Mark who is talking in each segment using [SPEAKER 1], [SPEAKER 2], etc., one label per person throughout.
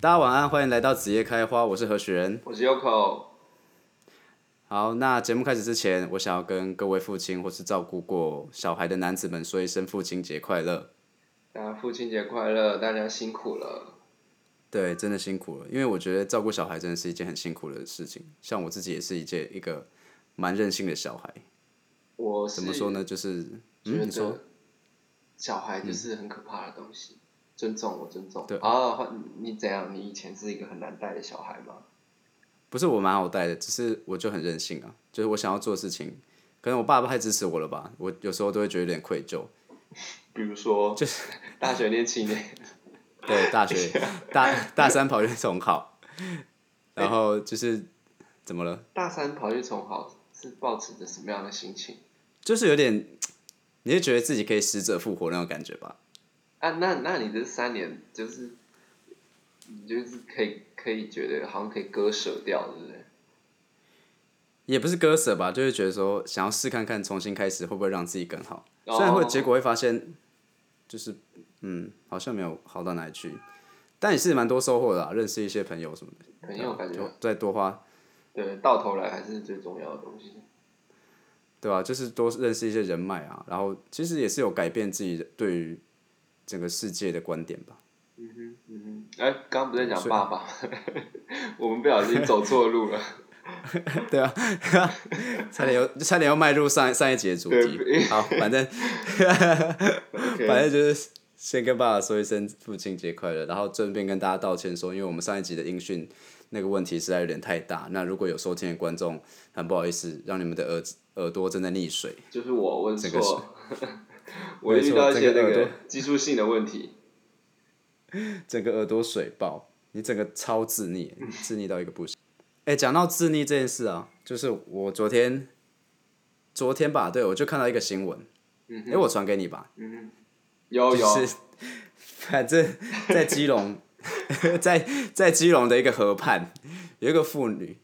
[SPEAKER 1] 大家晚安，欢迎来到子夜开花，我是何许人。
[SPEAKER 2] 我是 Yoko，
[SPEAKER 1] 好，那节目开始之前，我想要跟各位父亲或是照顾过小孩的男子们说一声父亲节快乐。
[SPEAKER 2] 大家父亲节快乐，大家辛苦了。
[SPEAKER 1] 对，真的辛苦了，因为我觉得照顾小孩真的是一件很辛苦的事情。像我自己也是一件一个蛮任性的小孩，
[SPEAKER 2] 我是
[SPEAKER 1] 怎么说呢？就是
[SPEAKER 2] 觉
[SPEAKER 1] 嗯，你说
[SPEAKER 2] 得小孩就是很可怕的东西，尊重我，尊重。
[SPEAKER 1] 对
[SPEAKER 2] 啊，换你怎样？你以前是一个很难带的小孩吗？
[SPEAKER 1] 不是我蛮好带的，只是我就很任性啊，就是我想要做的事情，可能我爸爸太支持我了吧，我有时候都会觉得有点愧疚。
[SPEAKER 2] 比如说，就是 大学念七年，
[SPEAKER 1] 对，大学
[SPEAKER 2] 啊
[SPEAKER 1] 大大三跑去重考，然后就是怎么了？
[SPEAKER 2] 大三跑去重考，是抱持着什么样的心情
[SPEAKER 1] 就是有点，你就觉得自己可以死者复活那种感觉吧？
[SPEAKER 2] 啊？那那你这三年就是，你就是可以可以觉得好像可以割舍掉，对不对？
[SPEAKER 1] 也不是割舍吧，就是觉得说想要试看看，重新开始会不会让自己更好。
[SPEAKER 2] 哦
[SPEAKER 1] 虽然会结果会发现，就是嗯，好像没有好到哪里去，但也是蛮多收获的、啊，认识一些朋友什么的，
[SPEAKER 2] 朋友感觉
[SPEAKER 1] 就再多花，
[SPEAKER 2] 对，到头来还是最重要的东西。
[SPEAKER 1] 对吧、就是多认识一些人脉啊，然后其实也是有改变自己对于整个世界的观点吧。
[SPEAKER 2] 嗯哼，嗯哼，哎，刚刚不是在讲爸爸， 我们不小心走错路了。
[SPEAKER 1] 差点又差点又迈入上上一节主题。 好，反正反 正
[SPEAKER 2] OK，
[SPEAKER 1] 就是先跟爸爸说一声父亲节快乐，然后顺便跟大家道歉说，因为我们上一集的音讯那个问题实在有点太大，那如果有收听的观众，很不好意思，让你们的耳耳朵正在溺水。
[SPEAKER 2] 就是我问
[SPEAKER 1] 整个是
[SPEAKER 2] 错，我
[SPEAKER 1] 没
[SPEAKER 2] 遇
[SPEAKER 1] 错
[SPEAKER 2] 到一些
[SPEAKER 1] 整个
[SPEAKER 2] 那
[SPEAKER 1] 耳
[SPEAKER 2] 个技术性的问题。
[SPEAKER 1] 整个耳朵水爆，你整个超自溺，自溺到一个不行。哎、讲到自溺这件事啊，就是我昨天，昨天吧，对我就看到一个新闻，
[SPEAKER 2] 嗯
[SPEAKER 1] 哎、我传给你吧，
[SPEAKER 2] 嗯哼，有有，
[SPEAKER 1] 就是反正在基隆，在在基隆的一个河畔，有一个妇女，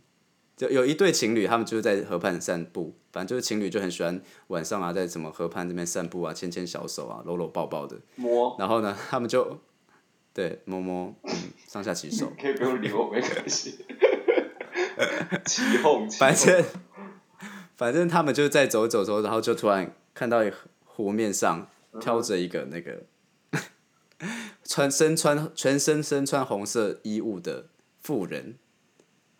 [SPEAKER 1] 就有一对情侣，他们就是在河畔散步，反正就是情侣就很喜欢晚上啊，在什么河畔这边散步啊，牵牵小手啊，搂搂抱抱的，
[SPEAKER 2] 摸，
[SPEAKER 1] 然后呢，他们就对摸摸、嗯、上下其手，
[SPEAKER 2] 可以不用理我，没关系。起哄，起
[SPEAKER 1] 反
[SPEAKER 2] 哄，
[SPEAKER 1] 正 反正他们就在走一走走，然后就突然看到一个湖面上飘着一个那个 穿身穿全身身穿红色衣物的妇人，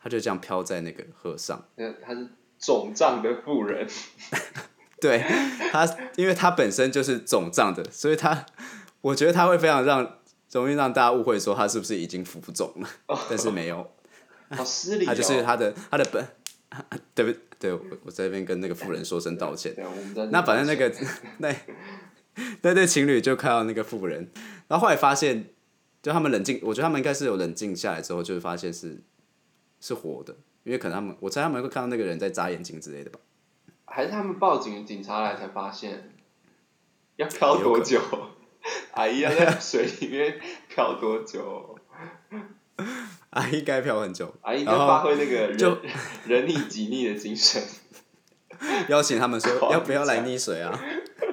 [SPEAKER 1] 她就这样飘在那个河上。
[SPEAKER 2] 那他是肿胀的妇人，
[SPEAKER 1] 对她，因为她本身就是肿胀的，所以她我觉得她会非常让容易让大家误会说她是不是已经浮肿了，但是没有，
[SPEAKER 2] 好失礼
[SPEAKER 1] 她就是
[SPEAKER 2] 哦。
[SPEAKER 1] 她的她的本。 对不对？我我在这边跟那个妇人说声道歉。
[SPEAKER 2] 对，我们在
[SPEAKER 1] 那反正那个 那那对情侣就看到那个富人，然后后来发现，就他们冷静，我觉得他们应该是有冷静下来之后，就是发现是是活的，因为可能他们，我猜他们会看到那个人在眨眼睛之类的吧。
[SPEAKER 2] 还是他们报警，警察来才发现，要漂多久？ 阿姨要在水里面漂多久？
[SPEAKER 1] 啊，应该漂很久，
[SPEAKER 2] 阿姨啊应该
[SPEAKER 1] 然后
[SPEAKER 2] 发挥那个人
[SPEAKER 1] 就
[SPEAKER 2] 人溺己溺的精神。
[SPEAKER 1] 邀请他们说
[SPEAKER 2] 夸
[SPEAKER 1] 要不要来
[SPEAKER 2] 张
[SPEAKER 1] 溺水啊？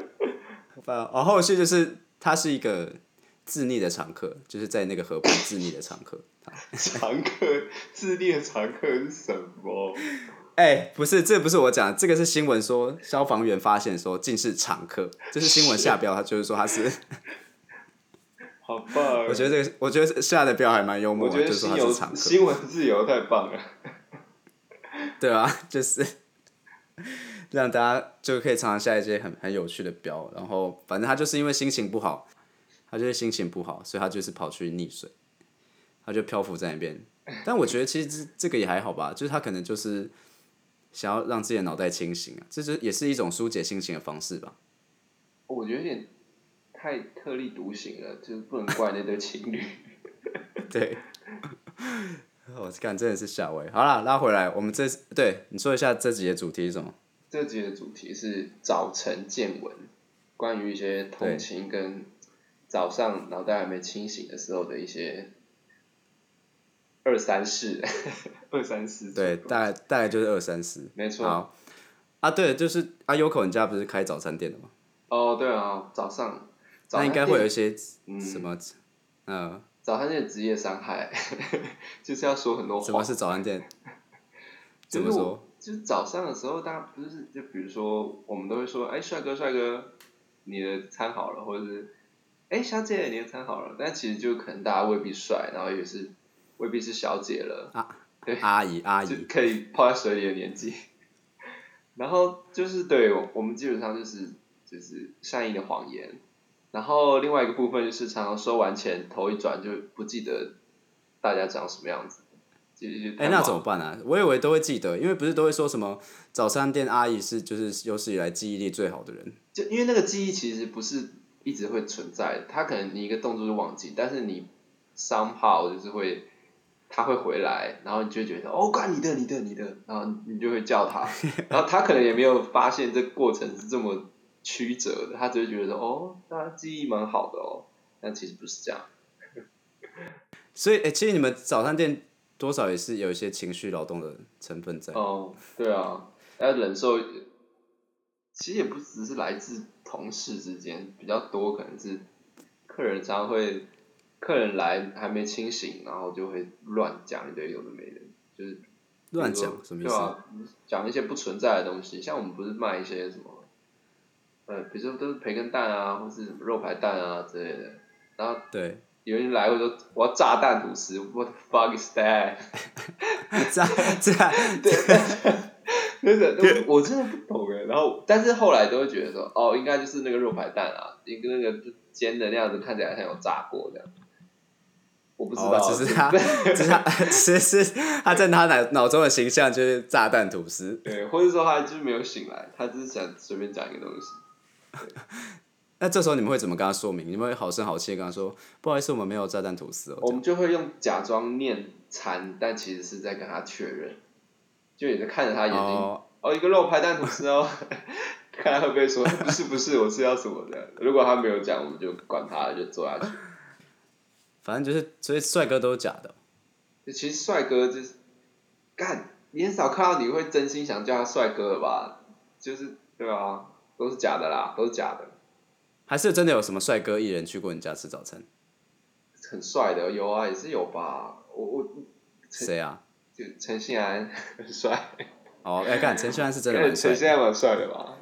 [SPEAKER 1] 反哦，后续就是他是一个自溺的常客，就是在那个河畔自溺的常客。
[SPEAKER 2] 常客自恋常客是什么？
[SPEAKER 1] 哎、不是，这不是我讲的，这个是新闻说消防员发现说竟是常客，这是新闻下标，他就是说他是，
[SPEAKER 2] 好棒！
[SPEAKER 1] 我觉得这个，我觉得下的标还蛮幽默
[SPEAKER 2] 我
[SPEAKER 1] 的，
[SPEAKER 2] 觉
[SPEAKER 1] 就
[SPEAKER 2] 得
[SPEAKER 1] 是说
[SPEAKER 2] 新
[SPEAKER 1] 他是常
[SPEAKER 2] 游
[SPEAKER 1] 客，
[SPEAKER 2] 新闻自由太棒了。
[SPEAKER 1] 对啊，就是 让大家就可以常常下一些很很有趣的标，然后反正他就是因为心情不好，他就是心情不好，所以他就是跑去溺水，他就漂浮在那边，但我觉得其实这这个也还好吧，就是他可能就是想要让自己的脑袋清醒啊，这就也是一种疏解心情的方式吧。
[SPEAKER 2] 我觉得有点太特立独行了，就是不能怪那对情侣。
[SPEAKER 1] 对，我看真的是吓我一跳。好啦，拉回来，我们这对你说一下这集的主题是什么？
[SPEAKER 2] 这集的主题是早晨见闻，关于一些通勤跟早上脑袋还没清醒的时候的一些二三事， 二三事。
[SPEAKER 1] 对，，大概大概就是二三四。
[SPEAKER 2] 没错。
[SPEAKER 1] 好啊，对，就是啊，优口你家不是开早餐店的吗？
[SPEAKER 2] 哦，对啊，早上
[SPEAKER 1] 那
[SPEAKER 2] 早上
[SPEAKER 1] 应该会有一些
[SPEAKER 2] 嗯
[SPEAKER 1] 什么、呃
[SPEAKER 2] 早餐店的职业伤害， 就是要说很多
[SPEAKER 1] 什么
[SPEAKER 2] 话。
[SPEAKER 1] 是早餐 店？怎
[SPEAKER 2] 就
[SPEAKER 1] 么
[SPEAKER 2] 是
[SPEAKER 1] 说
[SPEAKER 2] 我？就是早上的时候，大家不是就比如说，我们都会说，哎，帅哥，帅哥，你的餐好了，或者是，哎，小姐，你的餐好了。但其实就可能大家未必帅，然后也是未必是小姐了，
[SPEAKER 1] 阿姨，阿
[SPEAKER 2] 就
[SPEAKER 1] 姨，
[SPEAKER 2] 可以泡在水里的年纪。 然后就是对我，我们基本上就是就是善意的谎言。然后另外一个部分就是常常收完钱头一转就不记得大家长什么样子，就就
[SPEAKER 1] 哎、
[SPEAKER 2] 太
[SPEAKER 1] 那
[SPEAKER 2] 忙
[SPEAKER 1] 怎么办啊？我以为都会记得，因为不是都会说什么早餐店阿姨是就是有史以来记忆力最好的人。
[SPEAKER 2] 就因为那个记忆其实不是一直会存在的，它可能你一个动作就忘记，但是你 somehow 就是会，它会回来，然后你就会觉得哦，干你的你的你的，然后你就会叫它，然后它可能也没有发现这个过程是这么曲折的，它只会觉得哦，那记忆蛮好的哦，但其实不是这样，
[SPEAKER 1] 所以，哎、其实你们早餐店多少也是有一些情绪劳动的成分在。
[SPEAKER 2] 哦，对啊，要忍受，其实也不只是来自同事之间，比较多可能是客人常常会，客人来还没清醒，然后就会乱讲一堆有的没的，就是比如
[SPEAKER 1] 乱
[SPEAKER 2] 说
[SPEAKER 1] 讲什么意思
[SPEAKER 2] 对啊，讲一些不存在的东西，像我们不是卖一些什么，呃，比如说都是培根蛋啊，或是什么肉排蛋啊之类的，然后
[SPEAKER 1] 对，
[SPEAKER 2] 有人来会说我要炸弹吐司，What the fuck is that？
[SPEAKER 1] 炸炸，
[SPEAKER 2] 那个我我 真的不懂哎，然后但是后来都会觉得说，哦，应该就是那个肉排蛋啊，一个那个就煎的那样子，看起来像有炸过这样。我不知道，
[SPEAKER 1] 哦，只是他，只是他， 只是他在他脑脑中的形象就是炸弹吐司。
[SPEAKER 2] 对，或者说他就是没有醒来，他只是想随便讲一个东西。
[SPEAKER 1] 那这时候你们会怎么跟他说明？你们会好声好气地跟他说：“不好意思，我们没有炸弹吐司哦。
[SPEAKER 2] 我们就会用假装念餐，但其实是在跟他确认，就也在看着他”眼睛，哦
[SPEAKER 1] 哦，
[SPEAKER 2] 一个肉排蛋吐司哦， 看他会不会说不是不是，我是要什么的。如果他没有讲，我们就管他，就做下去。
[SPEAKER 1] 反正就是，所以帅哥都是假的。
[SPEAKER 2] 就其实帅哥就是，干，你很少看到你会真心想叫他帅哥的吧？就是对啊，都是假的啦，都是假的，
[SPEAKER 1] 还是真的有什么帅哥艺人去过你家吃早餐？
[SPEAKER 2] 很帅的有啊，也是有吧。我我
[SPEAKER 1] 谁啊？
[SPEAKER 2] 就陈信安 很帅，
[SPEAKER 1] 哦，哎、干，陈秀安是真的
[SPEAKER 2] 陈
[SPEAKER 1] 蛮帅
[SPEAKER 2] 陈
[SPEAKER 1] 的，
[SPEAKER 2] 信安蛮帅的吧？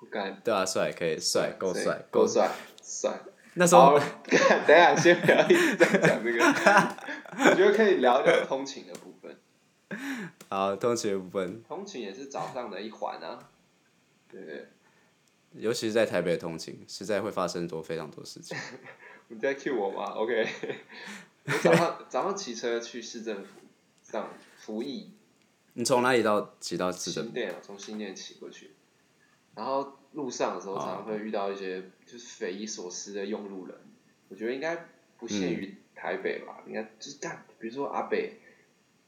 [SPEAKER 2] 我干，
[SPEAKER 1] 对啊，帅可以，帅够帅
[SPEAKER 2] 够
[SPEAKER 1] 够。
[SPEAKER 2] 帅，帅。
[SPEAKER 1] 那时
[SPEAKER 2] 好
[SPEAKER 1] 候，
[SPEAKER 2] 干，等一下先不要一直在讲这个， 我觉得可以聊聊通勤的部分，
[SPEAKER 1] 好，通勤的部分，
[SPEAKER 2] 通勤也是早上的一环啊，对不对？
[SPEAKER 1] 尤其是在台北的通勤，实在会发生多非常多事情。
[SPEAKER 2] 你在 cue 我吗？OK，我早上早上骑车去市政府上服役
[SPEAKER 1] 你从哪里到骑到市政
[SPEAKER 2] 新
[SPEAKER 1] 府？
[SPEAKER 2] 店啊，从新店骑过去，然后路上的时候
[SPEAKER 1] 哦
[SPEAKER 2] 常常会遇到一些就是匪夷所思的用路人，我觉得应该不限
[SPEAKER 1] 嗯
[SPEAKER 2] 于台北吧，应该就是干，比如说阿北，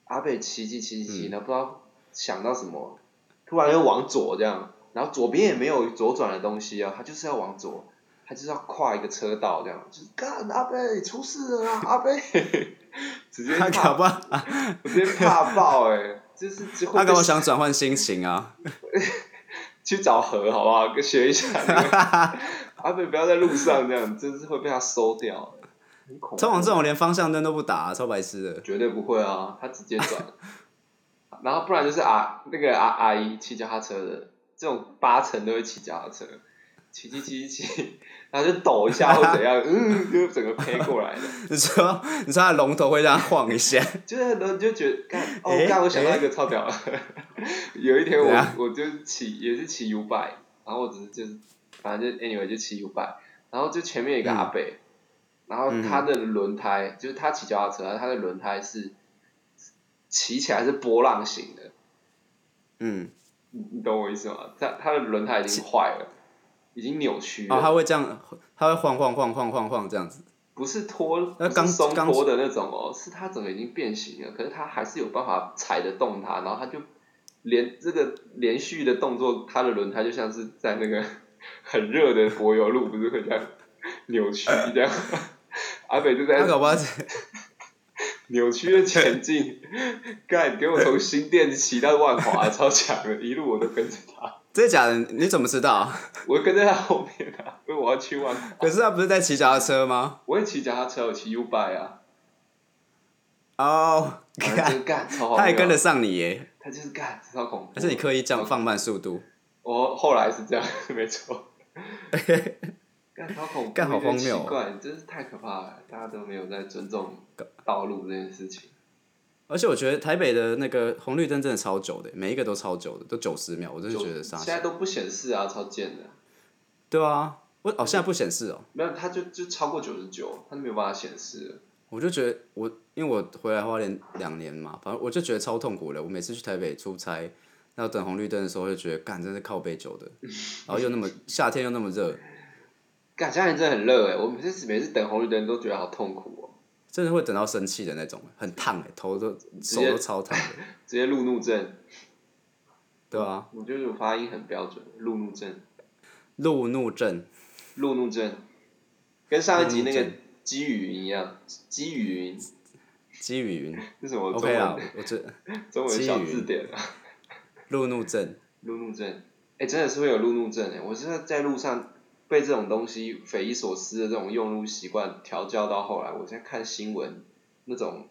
[SPEAKER 2] 阿北骑骑
[SPEAKER 1] 嗯
[SPEAKER 2] 骑骑骑，然后不知道想到什么，突然又往左这样，然后左边也没有左转的东西啊，他就是要往左。他就是要跨一个车道，这样就是干阿贝出事了啊，阿 贝，直接
[SPEAKER 1] 他搞
[SPEAKER 2] 怕，
[SPEAKER 1] 不好，
[SPEAKER 2] 我直接怕爆哎、就是只会
[SPEAKER 1] 他搞不好想转换心情啊！
[SPEAKER 2] 去找河好不好？学一下、 那个阿贝不要在路上这样，真是会被他收掉、很恐怖。
[SPEAKER 1] 通常这种连方向灯都不打、啊超白痴的。
[SPEAKER 2] 绝对不会啊，他直接转， 然后不然就是阿那个阿啊阿姨骑脚踏车的，这种八成都会骑脚踏车，骑骑骑骑，然后就抖一下或怎样，嗯，就整个飞过来的。
[SPEAKER 1] 你说，你说他的龙头会让他晃一下，
[SPEAKER 2] 就是很多人就 觉得干哦，
[SPEAKER 1] 诶
[SPEAKER 2] 干、我想到一个超屌的， 有一天我、
[SPEAKER 1] 怎样
[SPEAKER 2] 我就是骑也是骑 U 拜，然后我只是就是反正就 anyway 就骑 U 拜，然后就前面有一个
[SPEAKER 1] 嗯
[SPEAKER 2] 阿北，然后他的轮胎、就是他骑脚踏车，他的轮胎是骑起来是波浪形的，
[SPEAKER 1] 嗯，
[SPEAKER 2] 你你懂我意思吗？他他的轮胎已经坏了，已经扭曲了，
[SPEAKER 1] 哦，他会这样，他会晃晃晃晃晃晃这样子。
[SPEAKER 2] 不是脱，不
[SPEAKER 1] 那
[SPEAKER 2] 是
[SPEAKER 1] 刚
[SPEAKER 2] 松
[SPEAKER 1] 刚
[SPEAKER 2] 脱的那种哦，是它整个已经变形了，可是它还是有办法踩得动它，然后它就连这个连续的动作，它的轮胎就像是在那个 很热的柏油路，不是会这样扭曲这样， 阿北就
[SPEAKER 1] 他
[SPEAKER 2] 在
[SPEAKER 1] 搞不好是，
[SPEAKER 2] 扭曲的前进， 干给我从新店骑到万华，超强的，一路我都跟着他，
[SPEAKER 1] 真的假的？你怎么知道？
[SPEAKER 2] 我跟在他后面啊，因为我要去万华，
[SPEAKER 1] 可是他不是在骑脚踏车吗？
[SPEAKER 2] 我也骑脚踏车，我骑 U bike 啊，
[SPEAKER 1] 哦，
[SPEAKER 2] 反正就是干，超好
[SPEAKER 1] 他还跟得
[SPEAKER 2] 着，
[SPEAKER 1] 上你耶，
[SPEAKER 2] 他就是干，超恐怖。
[SPEAKER 1] 还是你刻意这样放慢速度？
[SPEAKER 2] 我哦后来是这样， 没错。干超恐怖，
[SPEAKER 1] 干好荒谬哦
[SPEAKER 2] 奇怪，真是太可怕了，大家都没有在尊重道路这件事情。
[SPEAKER 1] 而且我觉得台北的那个红绿灯真的超久的，每一个都超久的，都九十秒，我真的觉得
[SPEAKER 2] 现
[SPEAKER 1] 傻。
[SPEAKER 2] 在都不显示啊，超贱的。
[SPEAKER 1] 对啊，我哦现在不显示哦，
[SPEAKER 2] 没有，它就就超过九十九，它没有办法显示了。
[SPEAKER 1] 我就觉得我因为我回来花莲两年嘛，反正我就觉得超痛苦的。我每次去台北出差，那等红绿灯的时候就觉得，干真是靠背 久的，然后又那么夏天又那么热，
[SPEAKER 2] 干，家里真的很热哎，我每次每次等红绿灯都觉得好痛苦哦，
[SPEAKER 1] 真的会等到生气的那种，很烫哎、头都
[SPEAKER 2] 直
[SPEAKER 1] 手
[SPEAKER 2] 接
[SPEAKER 1] 都超烫的，
[SPEAKER 2] 直接路怒症。
[SPEAKER 1] 对啊，
[SPEAKER 2] 我觉得我发音很标准，路怒症，
[SPEAKER 1] 路怒症，
[SPEAKER 2] 路怒症，跟上一集那
[SPEAKER 1] 路
[SPEAKER 2] 个
[SPEAKER 1] 怒
[SPEAKER 2] 鸡语云一样，鸡语云
[SPEAKER 1] 积雨云
[SPEAKER 2] 是什么中
[SPEAKER 1] ，OK
[SPEAKER 2] 文
[SPEAKER 1] 啊，我这
[SPEAKER 2] 中文小字典啊，
[SPEAKER 1] 路怒症，
[SPEAKER 2] 路怒症，哎、真的是会有路怒症哎、我真的在路上被这种东西匪夷所思的这种用路习惯调教到后来，我在看新闻那种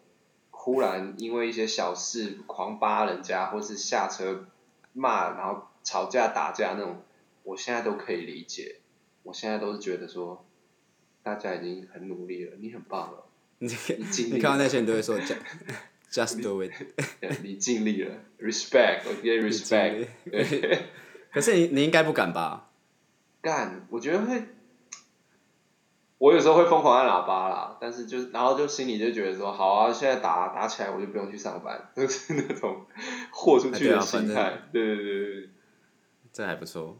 [SPEAKER 2] 忽然因为一些小事狂扒人家，或是下车骂，然后吵架打架那种，我现在都可以理解，我现在都是觉得说。大家已经很努力了，你很棒了，
[SPEAKER 1] 你
[SPEAKER 2] 你尽力
[SPEAKER 1] 你
[SPEAKER 2] 了
[SPEAKER 1] 看到那些人都会说 just just do it，
[SPEAKER 2] 你尽力了，respect，我给你 respect，
[SPEAKER 1] 可是你你应该不敢吧？
[SPEAKER 2] 干，我觉得会，我有时候会疯狂按喇叭啦，但是就是然后就心里就觉得说，好啊，现在打打起来我就不用去上班， 就是那种豁出
[SPEAKER 1] 哎
[SPEAKER 2] 去
[SPEAKER 1] 对啊
[SPEAKER 2] 的心态，
[SPEAKER 1] 反
[SPEAKER 2] 对对对对，
[SPEAKER 1] 这还不错。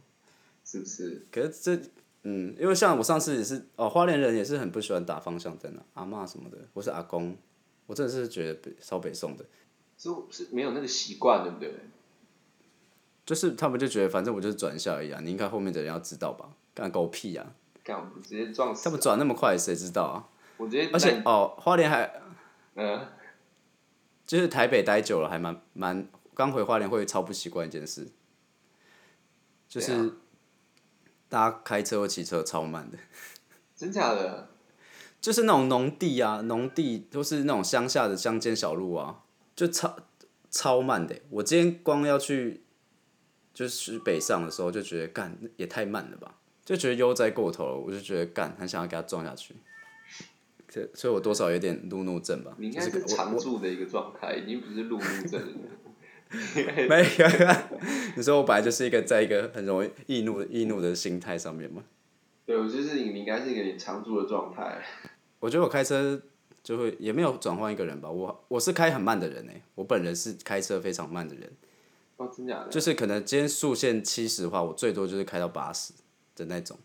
[SPEAKER 2] 是不是？
[SPEAKER 1] 可是这，嗯，因为像我上次也是，哦，花莲人也是很不喜欢打方向灯啊，阿嬷什么的，我是阿公，我真的是觉得北烧北宋的，
[SPEAKER 2] 是是没有那个习惯，对不对？
[SPEAKER 1] 就是他们就觉得反正我就是转向而已啊，你应该后面的人要知道吧，干狗屁啊，
[SPEAKER 2] 干，我直接撞死
[SPEAKER 1] 他们，转那么快谁知道啊？
[SPEAKER 2] 我直接，
[SPEAKER 1] 而且哦，花莲还
[SPEAKER 2] 嗯，
[SPEAKER 1] 就是台北待久了还蛮蛮，刚回花莲会超不习惯一件事，就
[SPEAKER 2] 对啊
[SPEAKER 1] 是大家开车或骑车超慢的。
[SPEAKER 2] 真假的？
[SPEAKER 1] 就是那种农地啊，农地都是那种乡下的乡间小路啊，就超超慢的欸。我今天光要去就是北上的时候，就觉得干也太慢了吧，就觉得悠哉过头了，我就觉得干很想要给他撞下去。这所以我多少有点路怒症吧，
[SPEAKER 2] 你应
[SPEAKER 1] 就
[SPEAKER 2] 该是
[SPEAKER 1] 我
[SPEAKER 2] 常住的一个状态，已经不是路怒症了。
[SPEAKER 1] 我 没有。你说我本来就是一个在一个很容易易怒的易怒的心态上面嘛。
[SPEAKER 2] 对，我就是你，你应该是一个常住的状态。
[SPEAKER 1] 我觉得我开车就会也没有转换一个人吧，我我是开很慢的人哎、我本人是开车非常慢的人。
[SPEAKER 2] 哦，真假的？
[SPEAKER 1] 就是可能今天速限七十的话，我最多就是开到八十的那种，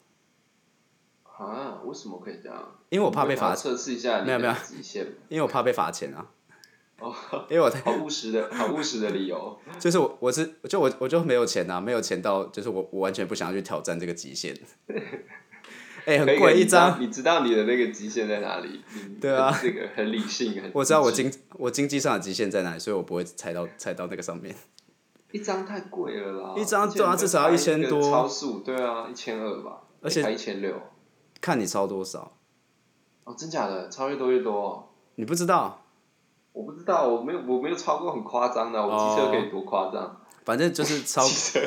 [SPEAKER 2] 啊，为什么可以这样？
[SPEAKER 1] 因为 我怕被罚，
[SPEAKER 2] 测试一下你
[SPEAKER 1] 没有没有
[SPEAKER 2] 的极限。
[SPEAKER 1] 因为我怕被罚钱啊。
[SPEAKER 2] 哦，
[SPEAKER 1] 因为我
[SPEAKER 2] 好务实的，好务实的理由。
[SPEAKER 1] 就是我我是就我我就没有钱啊，没有钱到就是我我完全不想要去挑战这个极限。 哎、很
[SPEAKER 2] 可以
[SPEAKER 1] 贵
[SPEAKER 2] 可以
[SPEAKER 1] 一张，，
[SPEAKER 2] 你知道你知道你的那个极限在哪里？你
[SPEAKER 1] 对啊
[SPEAKER 2] 这个很理性，很
[SPEAKER 1] 我知道我
[SPEAKER 2] 理性
[SPEAKER 1] 经我经济上的极限在哪里，所以我不会踩到踩到那个上面。
[SPEAKER 2] 一张太贵了啦，
[SPEAKER 1] 一张对啊
[SPEAKER 2] 而且
[SPEAKER 1] 至少要
[SPEAKER 2] 你
[SPEAKER 1] 一千多
[SPEAKER 2] 买一个超速对啊，一千二吧，
[SPEAKER 1] 而且
[SPEAKER 2] 才一千六。
[SPEAKER 1] 看你超多少，
[SPEAKER 2] 哦，真假的，超越多越多哦。
[SPEAKER 1] 你不知道，
[SPEAKER 2] 我不知道，我没有，我没有超过很夸张啊的，我机车
[SPEAKER 1] 哦
[SPEAKER 2] 可以多夸张？
[SPEAKER 1] 反正就是 超
[SPEAKER 2] 机车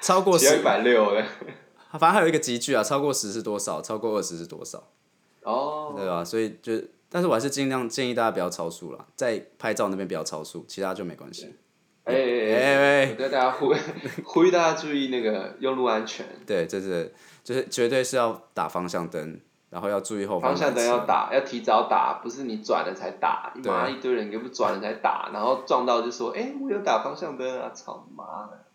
[SPEAKER 1] 超过
[SPEAKER 2] 只要
[SPEAKER 1] 十
[SPEAKER 2] 一，百六了。
[SPEAKER 1] 反正还有一个集距啊，超过十是多少，超过二十是多少。
[SPEAKER 2] 哦，
[SPEAKER 1] 对吧、所以就，但是我还是尽量建议大家不要超速啦，在拍照那边不要超速，其他就没关系。
[SPEAKER 2] 哎哎哎，
[SPEAKER 1] 哎
[SPEAKER 2] 我对大家呼 呼吁大家注意那个用路安全，
[SPEAKER 1] 对，这是就是绝对是要打方向灯，然后要注意后方
[SPEAKER 2] 方向灯
[SPEAKER 1] 来
[SPEAKER 2] 要
[SPEAKER 1] 车
[SPEAKER 2] 打，要提早打，不是你转了才打，你妈一堆人给不转了才打，然后撞到就说，哎、我有打方向灯啊，操你妈的，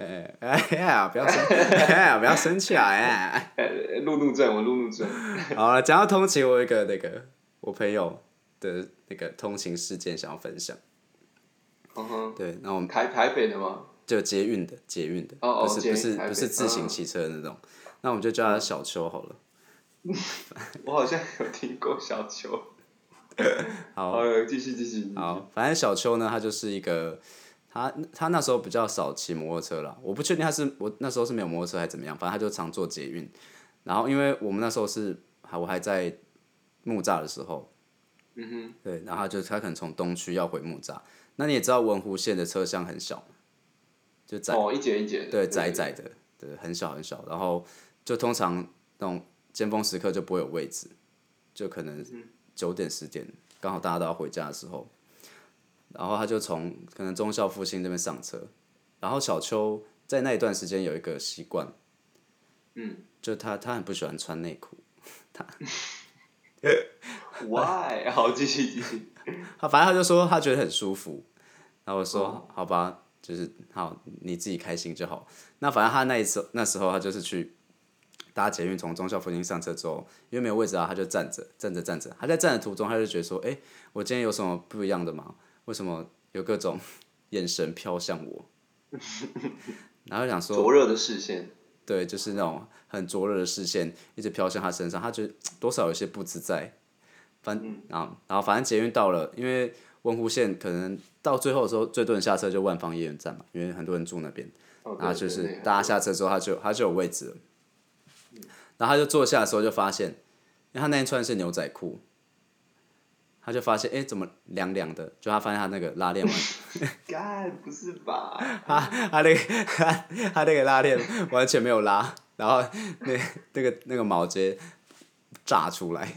[SPEAKER 1] 哎哎哎呀，不要生，哎呀，不要生气啊！哎，
[SPEAKER 2] 哎、路怒症，我路怒症，
[SPEAKER 1] 好了，讲到通勤，我有一个那个我朋友的那个通勤事件想要分享。嗯
[SPEAKER 2] 哼哼，
[SPEAKER 1] 对，那我们
[SPEAKER 2] 嗯台台北的吗？
[SPEAKER 1] 就捷运的，捷运的，
[SPEAKER 2] 哦哦
[SPEAKER 1] 不是不
[SPEAKER 2] 捷运
[SPEAKER 1] 是
[SPEAKER 2] 台北
[SPEAKER 1] 不是自行
[SPEAKER 2] 嗯
[SPEAKER 1] 骑车的那种，那我们就叫他小邱好了。
[SPEAKER 2] 我好像有听过小球，
[SPEAKER 1] 好，
[SPEAKER 2] 好，继续继续，
[SPEAKER 1] 好，反正小邱呢，他就是一个，他他那时候比较少骑摩托车啦，我不确定他是我那时候是没有摩托车还是怎么样，反正他就常坐捷运。然后因为我们那时候是，还我还在木栅的时候，
[SPEAKER 2] 嗯哼，
[SPEAKER 1] 对，然后他就他可能从东区要回木栅，那你也知道文湖线的车厢很小嘛，就窄，
[SPEAKER 2] 哦，一节一节的，
[SPEAKER 1] 对，窄窄的，对，很小很小，然后就通常那种尖峰时刻就不会有位置，就可能九点十点刚好大家都要回家的时候，然后他就从可能中校复兴这边上车，然后小秋在那一段时间有一个习惯，
[SPEAKER 2] 嗯
[SPEAKER 1] 就他他很不喜欢穿内裤，
[SPEAKER 2] ，Why？好，继续继续，
[SPEAKER 1] 他反正他就说他觉得很舒服，然后我说、好吧，就是好你自己开心就好。那反正他那一次那时候他就是去搭捷运从中校附近上车之后，因为没有位置啊，他就站着站着站着，他在站的途中他就觉得说，哎、我今天有什么不一样的吗？为什么有各种 眼神飘向我？ 然后想说，
[SPEAKER 2] 灼热的视线，
[SPEAKER 1] 对，就是那种很灼热的视线一直飘向他身上，他觉得多少有些不自在。反
[SPEAKER 2] 嗯
[SPEAKER 1] 啊，然后反正捷运到了，因为文湖线可能到最后的时候，最多人下车就万方夜园站嘛，因为很多人住那边。
[SPEAKER 2] 哦，
[SPEAKER 1] 然后
[SPEAKER 2] 对
[SPEAKER 1] 啊就
[SPEAKER 2] 对
[SPEAKER 1] 是
[SPEAKER 2] 对，
[SPEAKER 1] 大家下车之后，他就他就有位置了。然后他就坐下的时候就发现，因为他那天穿的是牛仔裤，他就发现哎、诶怎么凉凉的？就他发现他那个拉链完
[SPEAKER 2] 干，不是吧？
[SPEAKER 1] 他他那个他他那个拉链完全没有拉，然后那那个那个毛直接炸出来，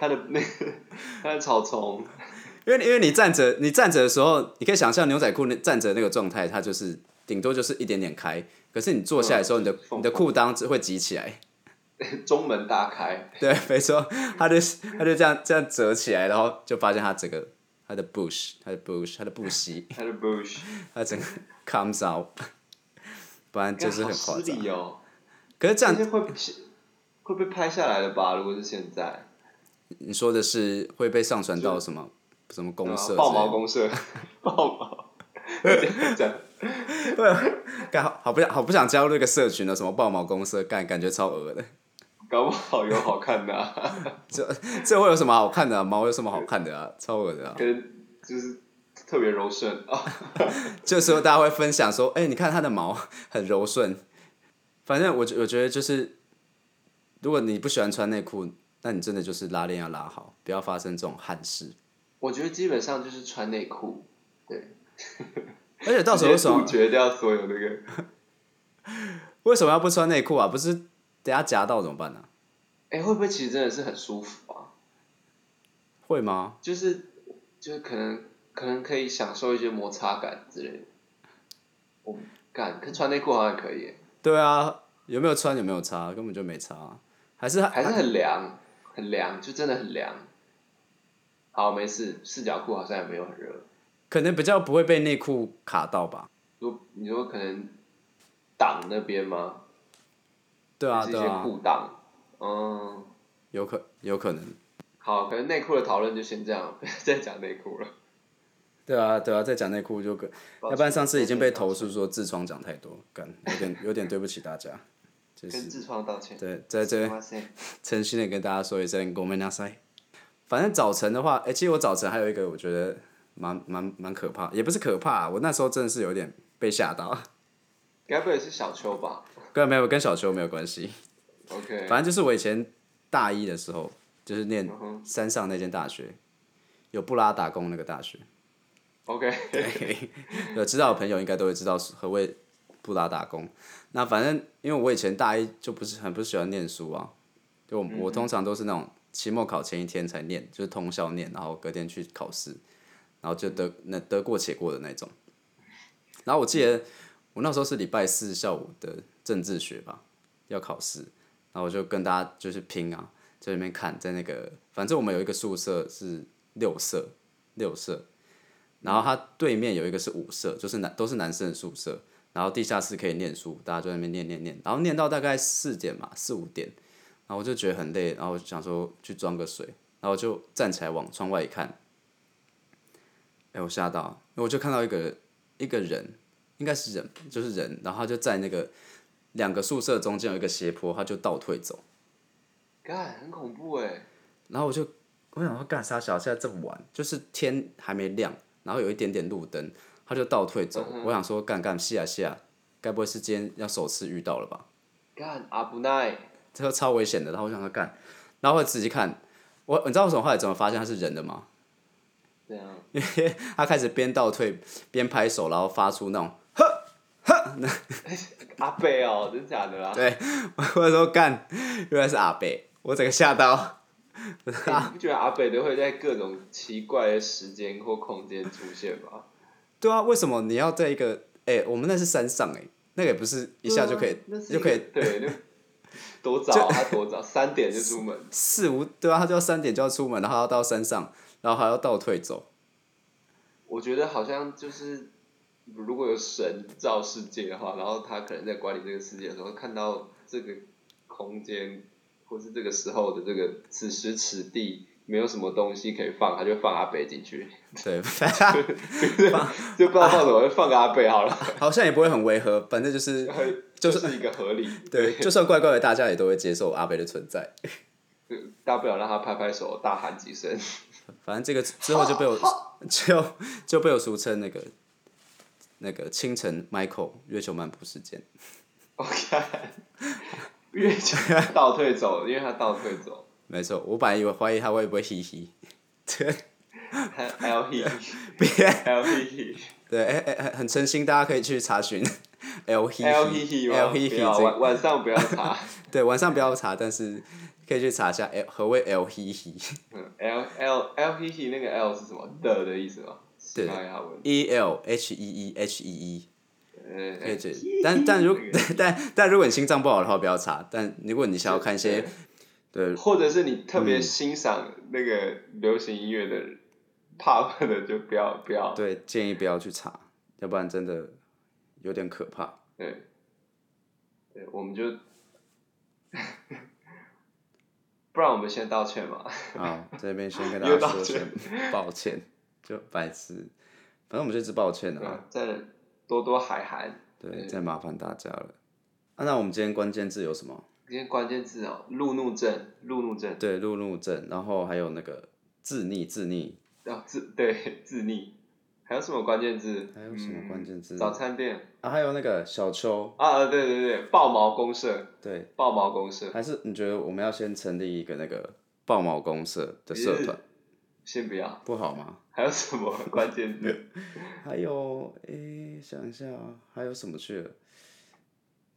[SPEAKER 2] 他的 那个，他的草丛，
[SPEAKER 1] 因为因为你站着你站着的时候，你可以想象牛仔裤那站着那个状态，它就是顶多就是一点点开，可是你坐下来的时候，你的
[SPEAKER 2] 嗯
[SPEAKER 1] 你的裤裆只会挤起来，
[SPEAKER 2] 中门大开，
[SPEAKER 1] 对，没错，他就是他就这样这样折起来，然后就发现他整个他的 bush 他的 bush 他的布席，
[SPEAKER 2] 他的 bush，
[SPEAKER 1] 他整个 comes out，不然就是
[SPEAKER 2] 干
[SPEAKER 1] 很
[SPEAKER 2] 好
[SPEAKER 1] 夸
[SPEAKER 2] 失
[SPEAKER 1] 张。
[SPEAKER 2] 礼哦，
[SPEAKER 1] 可是这
[SPEAKER 2] 这
[SPEAKER 1] 样
[SPEAKER 2] 些会被会被拍下来的吧？如果是现在，
[SPEAKER 1] 你说的是会被上传到什么什么公
[SPEAKER 2] 对
[SPEAKER 1] 社之类
[SPEAKER 2] 啊，
[SPEAKER 1] 的？
[SPEAKER 2] 爆毛 公社，爆毛，这样
[SPEAKER 1] 干好好不想好不想加入那个社群了，什么爆毛公社，干感觉超恶的。
[SPEAKER 2] 搞不好有好看的、啊，
[SPEAKER 1] 这会有什么好看的、啊？毛有什么好看的啊？超恶的啊！
[SPEAKER 2] 可能就是特别柔顺啊。
[SPEAKER 1] 这时候大家会分享说：“哎、你看它的毛 很柔顺。”反正我觉我觉得就是，如果你不喜欢穿内裤，那你真的就是拉链要拉好，不要发生这种憾事。
[SPEAKER 2] 我觉得基本上就是穿内裤，对，
[SPEAKER 1] 而且到时候为
[SPEAKER 2] 直
[SPEAKER 1] 什
[SPEAKER 2] 接
[SPEAKER 1] 么
[SPEAKER 2] 杜绝掉所有那个。
[SPEAKER 1] 为什么要不穿内裤啊？不是等下夹到怎么办啊呢、
[SPEAKER 2] 哎、会不会其实真的是很舒服啊？
[SPEAKER 1] 会吗？
[SPEAKER 2] 就是就是可能可能可以享受一些摩擦感之类的。我干，可穿内裤好像也可以耶，
[SPEAKER 1] 对啊，有没有穿有没有差，根本就没差啊、还是
[SPEAKER 2] 还是很凉，很凉，就真的很凉。好，没事，四角裤好像也没有很热。
[SPEAKER 1] 可能比较不会被内裤卡到吧？
[SPEAKER 2] 如果你说可能挡那边吗？
[SPEAKER 1] 对啊，
[SPEAKER 2] 是一
[SPEAKER 1] 对
[SPEAKER 2] 些
[SPEAKER 1] 啊，
[SPEAKER 2] 裤挡。嗯，
[SPEAKER 1] 有可有可能。
[SPEAKER 2] 好，可能内裤的讨论就先这样， 不要再讲内裤了。
[SPEAKER 1] 对啊，对啊，再讲内裤就跟，
[SPEAKER 2] 抱歉
[SPEAKER 1] 要不然上次已经被投诉说痔疮讲太多，干有点有点对不起大家， 就
[SPEAKER 2] 跟
[SPEAKER 1] 是
[SPEAKER 2] 痔疮道歉。
[SPEAKER 1] 对在这
[SPEAKER 2] 哇塞，
[SPEAKER 1] 诚心的跟大家说一声 g o m e n a s a i 反正早晨的话，哎、其实我早晨还有一个我觉得蛮蛮蛮可怕，也不是可怕、啊我那时候真的是有点被吓到，
[SPEAKER 2] 该不会是小秋吧
[SPEAKER 1] 跟没有跟小秋没有关系，
[SPEAKER 2] ？OK，
[SPEAKER 1] 反正就是我以前大一的时候，就是念
[SPEAKER 2] 嗯哼
[SPEAKER 1] 山上那间大学，有布拉打工那个大学。
[SPEAKER 2] OK，
[SPEAKER 1] 有知道的朋友应该都会知道何谓布达打工。那反正因为我以前大一就不是很不喜欢念书啊，就我我通常都是那种期末考前一天才念，就是通宵念，然后隔天去考试，然后就得那得过且过的那种。然后我记得我那时候是礼拜四下午的政治学吧，要考试，然后我就跟大家就是拼啊，在那边看，在那个反正我们有一个宿舍是六舍，六舍，然后它对面有一个是五舍，就是男都是男生的宿舍，然后地下室可以念书，大家就在那边念念念，然后念到大概四点吧，四五点，然后我就觉得很累，然后我就想说去装个水，然后我就站起来往窗外一看，哎，我吓到，我就看到一个一个人，应该是人，就是人，然后他就在那个两个宿舍中间有一个斜坡，他就倒退走，
[SPEAKER 2] 干很恐怖哎，
[SPEAKER 1] 然后我就我想说干啥小，现在这么晚，就是天还没亮，然后有一点点路灯，他就倒退
[SPEAKER 2] 嗯
[SPEAKER 1] 走。我想说干干是啊是啊，该不会是今天要首次遇到了吧？
[SPEAKER 2] 干阿布奈，
[SPEAKER 1] 这个超危险的。然后我想说干，然后我仔细看，我你知道我从后来怎么发现他是人的吗？
[SPEAKER 2] 对啊，
[SPEAKER 1] 因为他开始边倒退边拍手，然后发出那种 呵呵，那
[SPEAKER 2] 阿贝哦，真假的啦？
[SPEAKER 1] 对，我说干，原来是阿贝，我整个吓到。
[SPEAKER 2] 欸
[SPEAKER 1] 啊
[SPEAKER 2] 你不觉得阿北都会在各种奇怪的时间或空间出现吗？
[SPEAKER 1] 对啊，为什么你要在一个？哎、我们那是山上哎、那个也不是一下就可以，
[SPEAKER 2] 对啊那是一
[SPEAKER 1] 就
[SPEAKER 2] 个
[SPEAKER 1] 可以
[SPEAKER 2] 对，那多早啊，多早，三点就出门，
[SPEAKER 1] 四五对啊，他就要三点就要出门，然后要到山上，然后还要倒退走。
[SPEAKER 2] 我觉得好像就是，如果有神造世界的话，然后他可能在管理这个世界的时候，看到这个空间或是这个时候的这个此时此地没有什么东西可以放，他就放阿北进去，
[SPEAKER 1] 对，
[SPEAKER 2] 就不知道放什么，就放个阿北好了，
[SPEAKER 1] 好像也不会很违和，反正 就是
[SPEAKER 2] 就是一个合理，
[SPEAKER 1] 对，就算怪怪的，大家也都会接受阿北的存在。
[SPEAKER 2] 大不了让他拍拍手，大喊几声。
[SPEAKER 1] 反正这个之后就被我 就就被我俗称那个那个清晨 Michael 月球漫步事件。
[SPEAKER 2] OK，月球倒退走，因为他倒退走，
[SPEAKER 1] 没错，我本来以为怀疑他会不会嘻嘻，
[SPEAKER 2] 还还要 he，
[SPEAKER 1] 别
[SPEAKER 2] 还要 he
[SPEAKER 1] 对，哎、哎、很很诚心，大家可以去查询 L 嘻
[SPEAKER 2] he，还要 he he 吗？
[SPEAKER 1] L 嘻
[SPEAKER 2] 不
[SPEAKER 1] 嘻
[SPEAKER 2] 要
[SPEAKER 1] 这
[SPEAKER 2] 晚晚上不 要查，
[SPEAKER 1] 对晚上不要查，但是可以去查一下 L 何谓 L 嘻嘻
[SPEAKER 2] 嗯，l l l he he 那个 l 是什么的的意思吗？
[SPEAKER 1] 对
[SPEAKER 2] 西班牙文，
[SPEAKER 1] E L H E E H E E，可以
[SPEAKER 2] 呃，
[SPEAKER 1] 去。但但 如但但如果你心脏不好的话，不要查。但如果你想要看一些嗯对
[SPEAKER 2] 或者是你特别欣赏那个流行音乐的 pop 的，就不要不要，
[SPEAKER 1] 对，建议不要去查，要不然真的有点可怕。
[SPEAKER 2] 对，对，我们就， 不然我们先道歉嘛。
[SPEAKER 1] 啊，这边先跟大
[SPEAKER 2] 又
[SPEAKER 1] 家
[SPEAKER 2] 道
[SPEAKER 1] 说声 抱歉，就白痴，反正我们就只抱歉了、啊。
[SPEAKER 2] 再多多海涵。
[SPEAKER 1] 对，再麻烦大家了。啊，那我们今天关键字有什么？
[SPEAKER 2] 今天关键字哦，路怒症，路怒症
[SPEAKER 1] 对，路怒症，然后还有那个自逆，自逆，
[SPEAKER 2] 啊，自对自逆，还有什么关键字？
[SPEAKER 1] 还有什么关键字
[SPEAKER 2] 嗯早餐店
[SPEAKER 1] 啊，还有那个小秋，
[SPEAKER 2] 啊，啊对对对，爆毛公社，
[SPEAKER 1] 对，
[SPEAKER 2] 爆毛 公社，
[SPEAKER 1] 还是你觉得我们要先成立一个那个爆毛公社的社团，
[SPEAKER 2] 先不要。
[SPEAKER 1] 不好吗？
[SPEAKER 2] 还有什 么关键字？
[SPEAKER 1] 还有，诶、想一下啊，还有什么去了？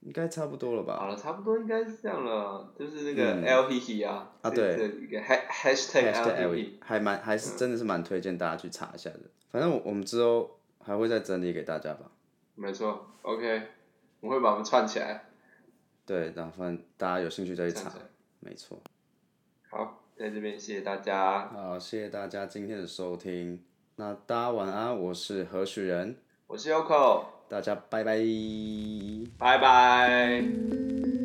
[SPEAKER 1] 应该差不多了吧？
[SPEAKER 2] 好了，差不多应该是这样了，就是那个 L P P 啊，
[SPEAKER 1] 啊
[SPEAKER 2] 这
[SPEAKER 1] 对，
[SPEAKER 2] 这一个 ha- hashtag L P P，
[SPEAKER 1] E 还蛮还是真的是蛮推荐大家去查一下的。反正我我们之后还会再整理给大家吧。
[SPEAKER 2] 没错，OK，我会把我们串起来，
[SPEAKER 1] 对，然后反正大家有兴趣再去
[SPEAKER 2] 串
[SPEAKER 1] 查
[SPEAKER 2] 起，来。
[SPEAKER 1] 没错。
[SPEAKER 2] 好，在这边谢谢大家，
[SPEAKER 1] 好，谢谢大家今天的收听。那大家晚安，我是何许人，
[SPEAKER 2] 我是 Yoko，
[SPEAKER 1] 大家拜拜。
[SPEAKER 2] 拜拜。